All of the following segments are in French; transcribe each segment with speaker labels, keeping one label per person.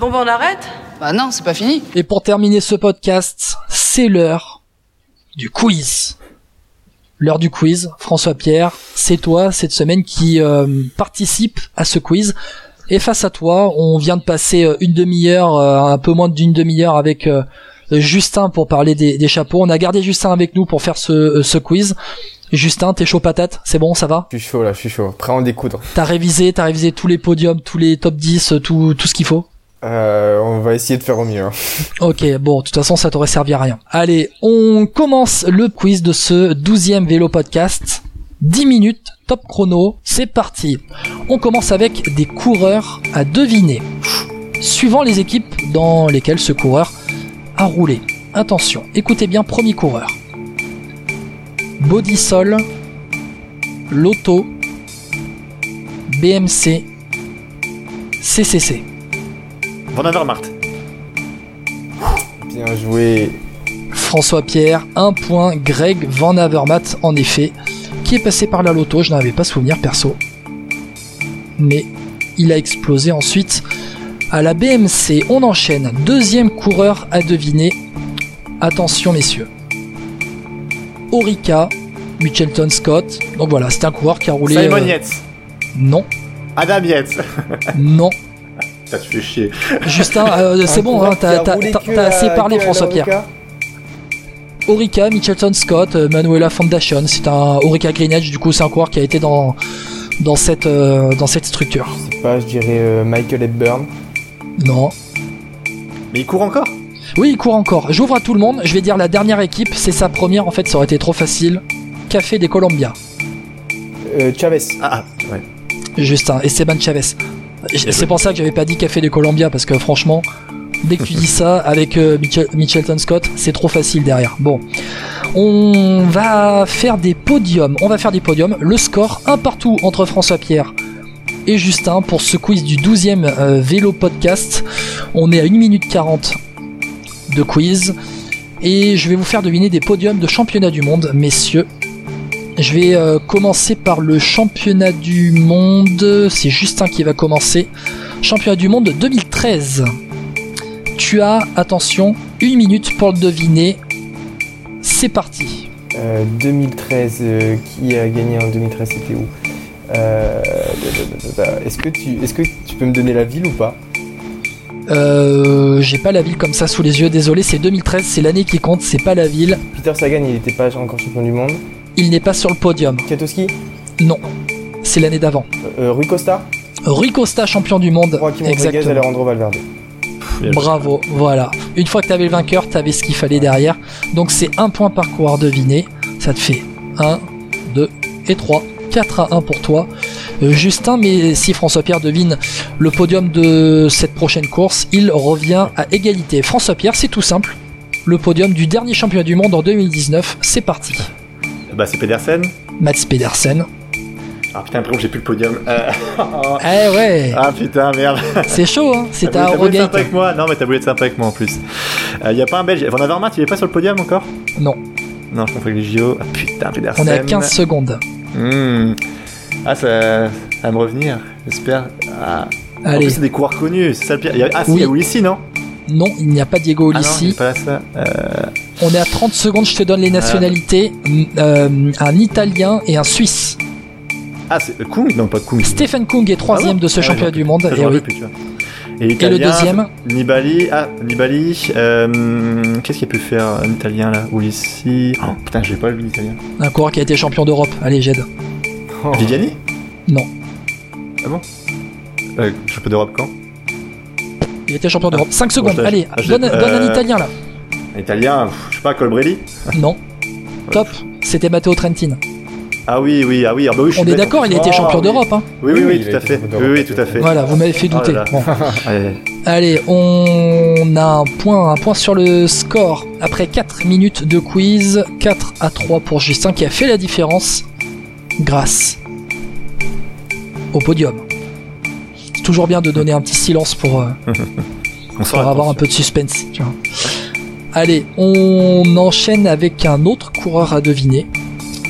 Speaker 1: Bon, ben on arrête
Speaker 2: Bah non, c'est pas fini.
Speaker 3: Et pour terminer ce podcast, c'est l'heure du quiz. L'heure du quiz, François Pierre, c'est toi cette semaine qui euh, participe à ce quiz. Et face à toi, on vient de passer euh, une demi-heure, euh, un peu moins d'une demi-heure avec euh, Justin pour parler des, des chapeaux. On a gardé Justin avec nous pour faire ce, euh, ce quiz. Justin, t'es chaud patate, c'est bon, ça va
Speaker 4: Je suis chaud là, je suis chaud. Prêt à en découdre.
Speaker 3: T'as révisé, t'as révisé tous les podiums, tous les top 10, euh, tout, tout ce qu'il faut
Speaker 4: Euh, on va essayer de faire au mieux. hein.
Speaker 3: Ok, bon, de toute façon, ça t'aurait servi à rien. Allez, on commence le quiz de ce 12e vélo podcast. 10 minutes, top chrono, c'est parti. On commence avec des coureurs à deviner, suivant les équipes dans lesquelles ce coureur a roulé. Attention, écoutez bien, premier coureur. Bodysol, Lotto, BMC, CCC.
Speaker 5: Van Avermaet.
Speaker 4: Bien joué.
Speaker 3: François Pierre, un point. Greg Van Avermaet, en effet, qui est passé par la loto, je n'en avais pas souvenir perso. Mais il a explosé ensuite à la BMC. On enchaîne. Deuxième coureur à deviner. Attention, messieurs. Orica, Mitchelton Scott. Donc voilà, c'est un coureur qui a roulé.
Speaker 5: Simon
Speaker 3: euh,
Speaker 5: Yates.
Speaker 3: non,
Speaker 5: Adam Yates.
Speaker 3: non.
Speaker 5: Putain, tu fais chier.
Speaker 3: Justin, euh, c'est
Speaker 4: Un
Speaker 3: bon,
Speaker 4: coureur
Speaker 3: hein,
Speaker 4: qui
Speaker 3: t'as
Speaker 4: a
Speaker 3: t'as-
Speaker 4: roulé
Speaker 3: t'as-
Speaker 4: que
Speaker 3: t'as
Speaker 4: à-
Speaker 3: assez parlé,
Speaker 4: que à
Speaker 3: François Pierre.
Speaker 4: l'Orica.
Speaker 3: Orica, Mitchelton Scott, euh, Manuela Foundation. C'est un Orica Green Edge, du coup, c'est un coureur qui a été dans, dans, cette, euh, dans cette structure.
Speaker 4: Je sais pas, je dirais euh, Michael Hepburn.
Speaker 3: Non.
Speaker 5: Mais il court encore
Speaker 3: Oui, il court encore. J'ouvre à tout le monde. Je vais dire la dernière équipe. C'est sa première. En fait, ça aurait été trop facile. Café des Colombia.
Speaker 4: Euh, Chavez.
Speaker 5: Ah, ah, ouais.
Speaker 3: Justin, Esteban Chavez. J- C'est pour ça que j'avais pas dit Café des Colombia parce que franchement, dès que tu dis ça avec euh, Mitchell, Mitchelton Scott, c'est trop facile derrière. Bon, on va faire des podiums. On va faire des podiums. Le score un partout entre François Pierre et Justin pour ce quiz du 12e euh, vélo podcast. On est à 1 minute 40 de quiz et je vais vous faire deviner des podiums de championnat du monde, messieurs. Je vais euh, commencer par le championnat du monde. C'est Justin qui va commencer. Championnat du monde 2013. Tu as, attention, une minute pour le deviner. C'est parti.
Speaker 4: Euh, 2013. euh, qui a gagné en 2013 C'était où Euh, da, da, da, da, da. Est-ce que tu, est-ce que tu peux me donner la ville ou pas
Speaker 3: Euh, J'ai pas la ville comme ça sous les yeux, désolé, c'est 2013, c'est l'année qui compte, c'est pas la ville.
Speaker 4: Peter Sagan, il était pas encore champion du monde.
Speaker 3: Il n'est pas sur le podium.
Speaker 4: Katowski,
Speaker 3: Non, c'est l'année d'avant.
Speaker 4: euh, euh, Rui Costa,
Speaker 3: Rui Costa, champion du monde.
Speaker 4: Joaquim Rodriguez,
Speaker 3: Exactement.
Speaker 4: Alejandro Valverde.
Speaker 3: Bravo, voilà. Une fois que t'avais le vainqueur, t'avais ce qu'il fallait derrière. Donc c'est un point par coureur deviné. Ça te fait 1, 2 et 3. 4 à 1 pour toi. Euh, Justin, mais si François-Pierre devine le podium de cette prochaine course, il revient à égalité. François-Pierre, c'est tout simple. Le podium du dernier championnat du monde en 2019, c'est parti.
Speaker 5: Bah, c'est Pedersen.
Speaker 3: Mats Pedersen.
Speaker 5: Ah putain, après, j'ai plus le podium. Euh,
Speaker 3: Eh ouais,
Speaker 5: Ah putain, merde.
Speaker 3: c'est chaud, hein. C'est
Speaker 5: T'as
Speaker 3: à
Speaker 5: voulu être sympa
Speaker 3: Eurogate.
Speaker 5: avec moi Non, mais t'as voulu être sympa avec moi en plus. Il y a pas un Belge. Van Avermaet, il est pas sur le podium encore
Speaker 3: Non.
Speaker 5: Non, je comprends que les JO. Ah putain, Pedersen.
Speaker 3: On est à 15 secondes.
Speaker 5: Hmm. Ah, ça ça va me revenir, j'espère. Ah. En plus,
Speaker 3: Allez,
Speaker 5: c'est des coureurs connus, c'est ça le pire. Il y a- Ah, si,
Speaker 3: Oui.
Speaker 5: il y a Ulissi, non
Speaker 3: non, il n'y a pas Diego
Speaker 5: Ah non, il
Speaker 3: Ulissi.
Speaker 5: est pas là, ça. Euh,
Speaker 3: On est à 30 secondes, je te donne les nationalités. Mm, euh, un Italien et un Suisse.
Speaker 5: Ah, c'est Kung Non, pas Kung.
Speaker 3: Stephen Kung est troisième
Speaker 5: Ah bon
Speaker 3: de ce
Speaker 5: Ah,
Speaker 3: championnat
Speaker 5: j'en-
Speaker 3: du monde.
Speaker 5: ça,
Speaker 3: Et,
Speaker 5: j'en
Speaker 3: oui.
Speaker 5: avais plus, tu vois. Et,
Speaker 3: Et
Speaker 5: l'italien,
Speaker 3: le deuxième,
Speaker 5: Nibali. Ah, Nibali. euh, Qu'est-ce qu'il a pu faire, un italien là Ulissi. Oh putain, j'ai pas vu l'italien.
Speaker 3: un coureur qui a été champion d'Europe. Allez, j'aide.
Speaker 4: Oh.
Speaker 5: Viviani
Speaker 3: Non.
Speaker 5: Ah bon euh, Champion d'Europe quand
Speaker 3: Il était champion d'Europe. 5 secondes,
Speaker 5: bon, je-
Speaker 3: allez,
Speaker 5: je-
Speaker 3: donne, donne un
Speaker 5: euh,
Speaker 3: Italien là.
Speaker 5: Italien, pff, je sais pas, Colbrelli
Speaker 3: Non. Top, c'était Matteo Trentin.
Speaker 5: Ah oui, oui, ah oui, ah bah oui, je suis
Speaker 3: On est
Speaker 5: bête, en
Speaker 3: d'accord,
Speaker 5: plus.
Speaker 3: il a été
Speaker 5: Ah,
Speaker 3: champion
Speaker 5: oui.
Speaker 3: d'Europe. hein.
Speaker 5: Oui, oui,
Speaker 4: Oui,
Speaker 5: oui,
Speaker 4: il a
Speaker 5: tout à
Speaker 4: été
Speaker 5: fait.
Speaker 4: champion
Speaker 5: Oui,
Speaker 4: d'Europe,
Speaker 5: oui, tout à fait.
Speaker 3: Voilà, vous m'avez fait
Speaker 5: Oh là
Speaker 3: douter.
Speaker 5: là.
Speaker 3: Bon.
Speaker 5: Allez,
Speaker 3: Allez, on a un point, un point sur le score. Après 4 minutes de quiz, 4 à 3 pour Justin qui a fait la différence grâce au podium. C'est toujours bien de donner un petit silence pour, euh,
Speaker 5: on sort
Speaker 3: pour
Speaker 5: la
Speaker 3: avoir un
Speaker 5: tension.
Speaker 3: peu de suspense. tu vois. Allez, on enchaîne avec un autre coureur à deviner.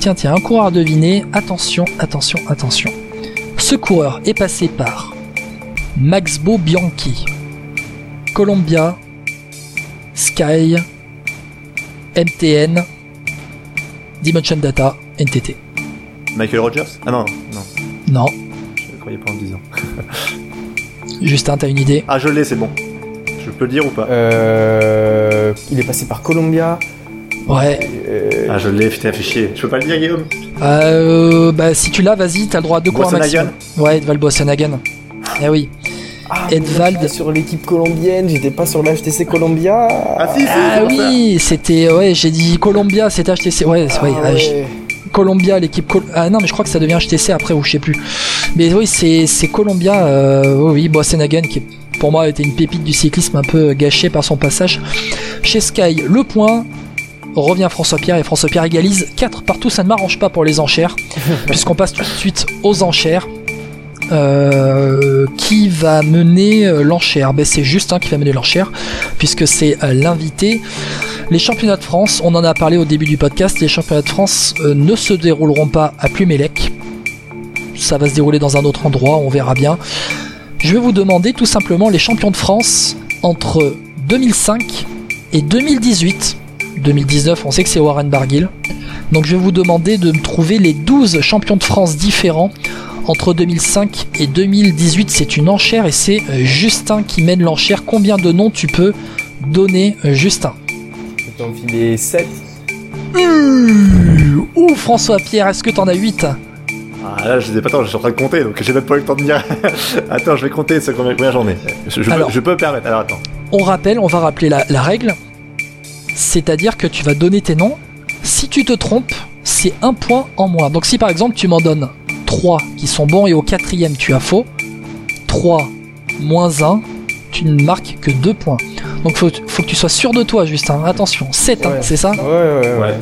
Speaker 3: Tiens, tiens, un coureur à deviner. Attention, attention, attention. Ce coureur est passé par Maxbo Bianchi, Columbia, Sky, MTN, Dimension Data, NTT.
Speaker 5: Michael Rogers Ah non, non,
Speaker 3: Non,
Speaker 5: je croyais pas en disant.
Speaker 3: Justin, t'as une idée
Speaker 5: Ah, je l'ai, c'est bon. Je peux le dire ou pas
Speaker 4: Euh, il est passé par Columbia.
Speaker 3: Ouais.
Speaker 4: euh,
Speaker 5: Ah, je l'ai, putain, fait chier. Je peux pas le dire, Guillaume
Speaker 3: Euh, bah si tu l'as, vas-y, t'as le droit à deux cours un
Speaker 5: Boissanagan
Speaker 3: maximum. Ouais, Edval Boissanagan. Eh oui.
Speaker 4: ah, mais
Speaker 3: Edvald.
Speaker 4: j'étais sur l'équipe colombienne, j'étais pas sur la HTC Columbia.
Speaker 5: Ah, si, si,
Speaker 3: Ah
Speaker 5: c'est pour ça.
Speaker 3: oui, c'était ouais, j'ai dit Columbia, c'était HTC. Ouais, c'est-
Speaker 4: Ah,
Speaker 3: ouais, ah, je-
Speaker 4: ouais.
Speaker 3: Columbia, l'équipe Col- Ah non, mais je crois que ça devient HTC après ou je sais plus. Mais oui, c'est c'est Columbia euh, oui, oui, Boissenagen qui pour moi était une pépite du cyclisme un peu gâchée par son passage chez Sky. Le point revient à François Pierre et François Pierre égalise 4 partout, ça ne m'arrange pas pour les enchères puisqu'on passe tout de suite aux enchères. Euh, qui va mener euh, l'enchère ben, C'est Justin qui va mener l'enchère, puisque c'est euh, l'invité les championnats de France, on en a parlé au début du podcast, les championnats de France euh, ne se dérouleront pas à Plumelec. Ça va se dérouler dans un autre endroit, on verra bien. Je vais vous demander tout simplement les champions de France entre 2005 et 2018. 2019, on sait que c'est Warren Barguil. Donc je vais vous demander de me trouver les 12 champions de France différents entre 2005 et 2018. C'est une enchère et c'est euh, Justin qui mène l'enchère. Combien de noms tu peux donner, euh, Justin
Speaker 4: Je vais t'enfiler 7.
Speaker 3: Ouh, Ouh, François Pierre, est-ce que t'en as 8
Speaker 5: Ah là, je sais pas, attends, je suis en train de compter, donc j'ai même pas eu le temps de dire. attends, je vais compter ce combien, combien j'en ai. Je, je
Speaker 3: Alors.
Speaker 5: peux, je peux me permettre. Alors attends.
Speaker 3: On rappelle, on va rappeler la, la règle. C'est-à-dire que tu vas donner tes noms. Si tu te trompes, c'est un point en moins. Donc si par exemple tu m'en donnes 3 qui sont bons et au quatrième tu as faux, 3 moins 1, tu ne marques que 2 points. Donc faut, faut que tu sois sûr de toi, Justin. Attention, 7,
Speaker 4: Ouais.
Speaker 3: c'est ça
Speaker 4: Ouais, ouais, ouais.
Speaker 5: Ouais.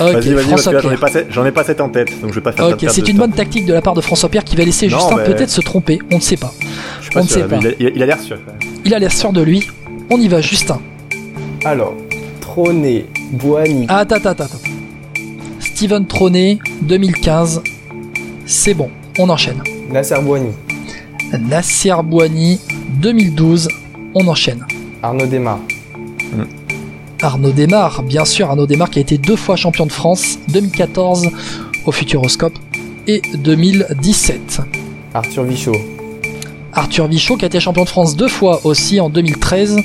Speaker 3: Ok,
Speaker 5: vas-y, vas-y, parce que
Speaker 3: François
Speaker 5: là, j'en ai
Speaker 3: Pierre.
Speaker 5: pas sept- j'en ai pas 7 en tête, donc je vais pas faire
Speaker 3: Ok, c'est une bonne tactique de la part de François Pierre qui va laisser
Speaker 5: Non,
Speaker 3: Justin
Speaker 5: mais-
Speaker 3: peut-être se tromper, on ne sait pas.
Speaker 5: Je suis pas
Speaker 3: on ne
Speaker 5: sûr,
Speaker 3: sait
Speaker 5: mais
Speaker 3: pas.
Speaker 5: Il a- il a- il a l'air sûr. quand même.
Speaker 3: Il a l'air sûr de lui. On y va, Justin.
Speaker 4: Alors, Trôné, Boigny.
Speaker 3: Ah, attends, attends, attends. attends. Steven Troné, 2015. C'est bon, on enchaîne.
Speaker 4: Nasser Boigny.
Speaker 3: Nasser Bouani, 2012. On enchaîne.
Speaker 4: Arnaud Desmar.
Speaker 3: Arnaud Desmar, bien sûr, Arnaud Desmar qui a été deux fois champion de France, 2014 au Futuroscope et 2017.
Speaker 4: Arthur Vichot.
Speaker 3: Arthur Vichot qui a été champion de France deux fois aussi en 2013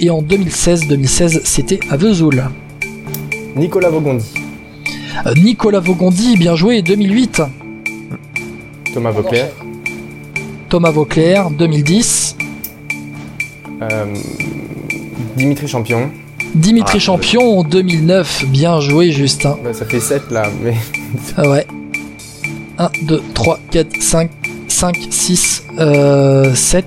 Speaker 3: et en 2016. 2016, c'était à Vesoul.
Speaker 4: Nicolas Vaugondi.
Speaker 3: Euh, Nicolas Vaugondi, bien joué, 2008.
Speaker 4: Thomas Vauclair.
Speaker 3: Thomas Vauclair, 2010.
Speaker 4: euh, Dimitri Champion.
Speaker 3: Dimitri
Speaker 5: Ah,
Speaker 3: Champion en 2009, bien joué Justin.
Speaker 4: Bah, ça fait 7 là, mais.
Speaker 3: Ah ouais. 1, 2, 3, 4, 5, 5, 6, 7.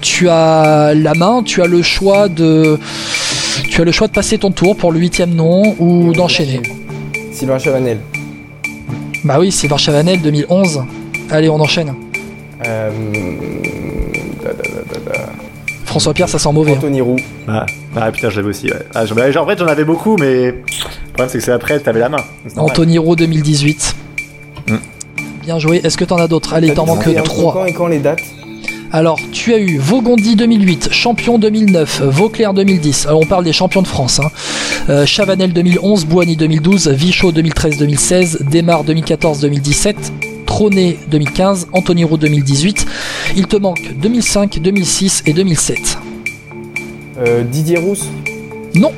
Speaker 3: tu as la main, tu as le choix de. Tu as le choix de passer ton tour pour le huitième nom ou d'enchaîner.
Speaker 4: Sylvain Chavanel.
Speaker 3: Bah oui, Sylvain Chavanel 2011. Allez, on enchaîne.
Speaker 4: Euh, da, da, da, da, da.
Speaker 3: François Pierre, ça sent mauvais. hein.
Speaker 4: Anthony Roux.
Speaker 5: Ah, ah, putain, je l'avais aussi, ouais. Ah, j'en- en fait, j'en avais beaucoup, mais le problème, c'est que c'est après, t'avais la main. C'est normal.
Speaker 3: Anthony Rowe 2018.
Speaker 5: Mm.
Speaker 3: Bien joué. Est-ce que t'en as d'autres Allez,
Speaker 4: T'as
Speaker 3: t'en
Speaker 4: dit
Speaker 3: manques
Speaker 5: hein.
Speaker 4: c'était entre
Speaker 3: 3.
Speaker 4: Quand et quand les dates
Speaker 3: Alors, tu as eu Vaugondi 2008, champion 2009, Vauclair 2010. Alors, on parle des champions de France. hein. Euh, Chavanel 2011, Boigny 2012, Vichot 2013-2016, Desmar 2014-2017, Troné 2015, Anthony Roux 2018. Il te manque 2005, 2006 et 2007.
Speaker 4: Euh, Didier Rousse.
Speaker 3: Non.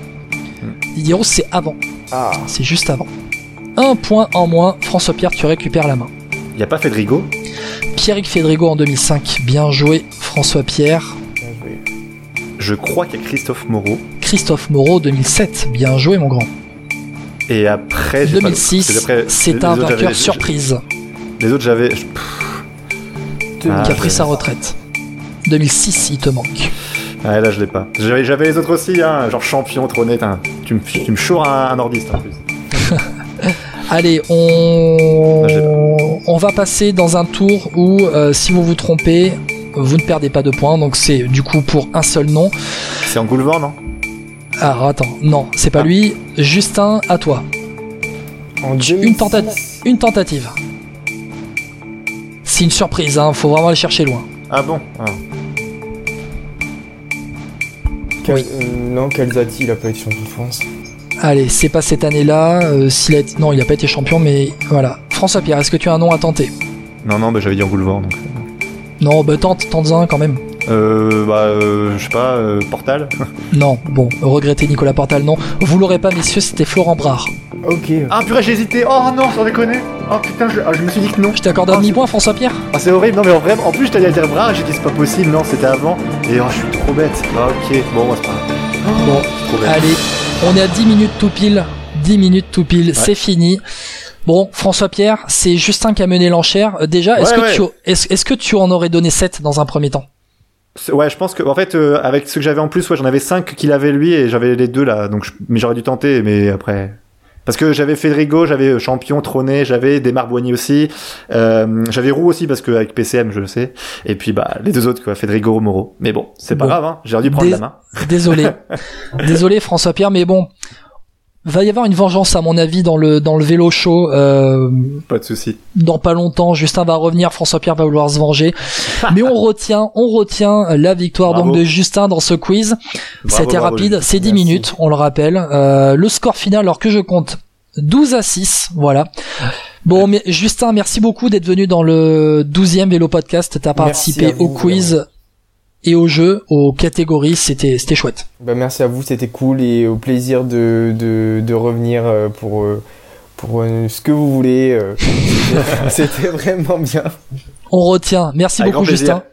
Speaker 3: Didier Rousse, c'est avant. hein,
Speaker 4: Ah.
Speaker 3: C'est juste avant. Un point en moins. François Pierre, tu récupères la main.
Speaker 5: Il y a pas fait de rigot
Speaker 3: Pierrick Fédrigo en 2005. Bien joué, François Pierre.
Speaker 4: bien joué.
Speaker 5: Je crois qu'il y a Christophe Moreau.
Speaker 3: Christophe Moreau 2007. Bien joué, mon grand.
Speaker 5: Et après, Eh, j'ai pas- parce
Speaker 3: 2006,
Speaker 5: que après, les-
Speaker 3: c'est
Speaker 5: les
Speaker 3: un
Speaker 5: autres, j'avais-
Speaker 3: vainqueur
Speaker 5: je-
Speaker 3: surprise
Speaker 5: Les autres, j'avais. je- pff, Ah,
Speaker 3: qui a
Speaker 5: je
Speaker 3: pris
Speaker 5: l'ai.
Speaker 3: sa retraite. 2006, il te manque.
Speaker 5: Ouais, là, je l'ai pas. J'avais j'avais les autres aussi, hein. Genre champion, trôné, t'as- tu me tu me choures un, un ordiste en plus.
Speaker 3: Allez, on...
Speaker 5: Ah, je l'ai
Speaker 3: on va passer dans un tour où, euh, si vous vous trompez, vous ne perdez pas de points. Donc c'est du coup pour un seul nom.
Speaker 5: C'est en Goulevent, non
Speaker 3: Ah, attends, non, c'est pas
Speaker 5: Ah.
Speaker 3: lui. Justin, à toi.
Speaker 4: En
Speaker 3: Une,
Speaker 4: 2006,
Speaker 3: tenta- une tentative. C'est une surprise, hein. faut vraiment aller chercher loin.
Speaker 5: Ah bon Ah.
Speaker 4: Cal-
Speaker 3: Oui.
Speaker 4: euh, non, Calzati, il a pas été champion de France.
Speaker 3: Allez, c'est pas cette année-là. euh, s'il a été- Non, il a pas été champion, mais voilà. François Pierre, est-ce que tu as un nom à tenter
Speaker 5: Non, non, bah, j'avais dit Angoulevent. Donc.
Speaker 3: Non, bah tente, tente un quand même.
Speaker 5: Euh, bah, euh, je sais pas, euh, Portal
Speaker 3: Non, bon, regrettez Nicolas Portal, non. Vous l'aurez pas, messieurs, c'était Florent Brard.
Speaker 4: Ok.
Speaker 5: Ah purée, j'ai hésité Oh non, sans déconner Oh putain, je, ah, je me suis dit que non
Speaker 3: Je t'accorde un
Speaker 5: Ah,
Speaker 3: demi-point, François Pierre
Speaker 5: Ah, c'est horrible, non mais en vrai, en plus je t'allais dire bras, j'ai dit c'est pas possible, non, c'était avant. Et oh, je suis trop bête. Ah, ok, bon, moi, c'est pas grave.
Speaker 3: Bon,
Speaker 5: Trop bête.
Speaker 3: allez, on est à 10 minutes tout pile. 10 minutes tout pile, c'est fini. Bon, François Pierre, c'est Justin qui a mené l'enchère. Euh, Déjà, est-ce
Speaker 5: Ouais,
Speaker 3: que,
Speaker 5: ouais.
Speaker 3: Tu, est-ce, est-ce que tu en aurais donné 7 dans un premier temps
Speaker 5: C'est- Ouais, je pense que, en fait, euh, avec ce que j'avais en plus, ouais, j'en avais 5 qu'il avait lui et j'avais les deux là, donc je- mais j'aurais dû tenter, mais après. Parce que j'avais Federico, j'avais euh, Champion, Trôné, j'avais des Boigny aussi, euh, j'avais Roux aussi parce que avec PCM, je le sais, et puis bah les deux autres quoi, Federico, Moro. Mais bon, c'est pas
Speaker 3: Bon.
Speaker 5: grave, hein, j'aurais dû prendre
Speaker 3: Des-
Speaker 5: la main.
Speaker 3: Désolé. Désolé François Pierre, mais bon. Va y avoir une vengeance à mon avis dans le dans le vélo show euh,
Speaker 5: Pas de souci.
Speaker 3: dans pas longtemps. Justin va revenir, François Pierre va vouloir se venger. Mais on retient, on retient la victoire
Speaker 5: Bravo.
Speaker 3: donc de Justin dans ce quiz.
Speaker 5: Bravo,
Speaker 3: C'était
Speaker 5: bravo,
Speaker 3: rapide, c'est 10
Speaker 4: Merci.
Speaker 3: minutes, on le rappelle. Euh, le score final, alors que je compte 12 à 6, voilà. Bon, mais Justin, merci beaucoup d'être venu dans le 12e Vélo Podcast. T'as
Speaker 4: Merci
Speaker 3: participé
Speaker 4: à vous,
Speaker 3: au quiz et au jeu, aux catégories. C'était, c'était chouette.
Speaker 4: Bah, merci à vous, c'était cool et au plaisir de, de, de revenir euh, pour, euh, pour euh, ce que vous voulez. euh. C'était vraiment bien.
Speaker 3: On retient. Merci
Speaker 5: Avec
Speaker 3: beaucoup,
Speaker 5: grand plaisir.
Speaker 3: Justin.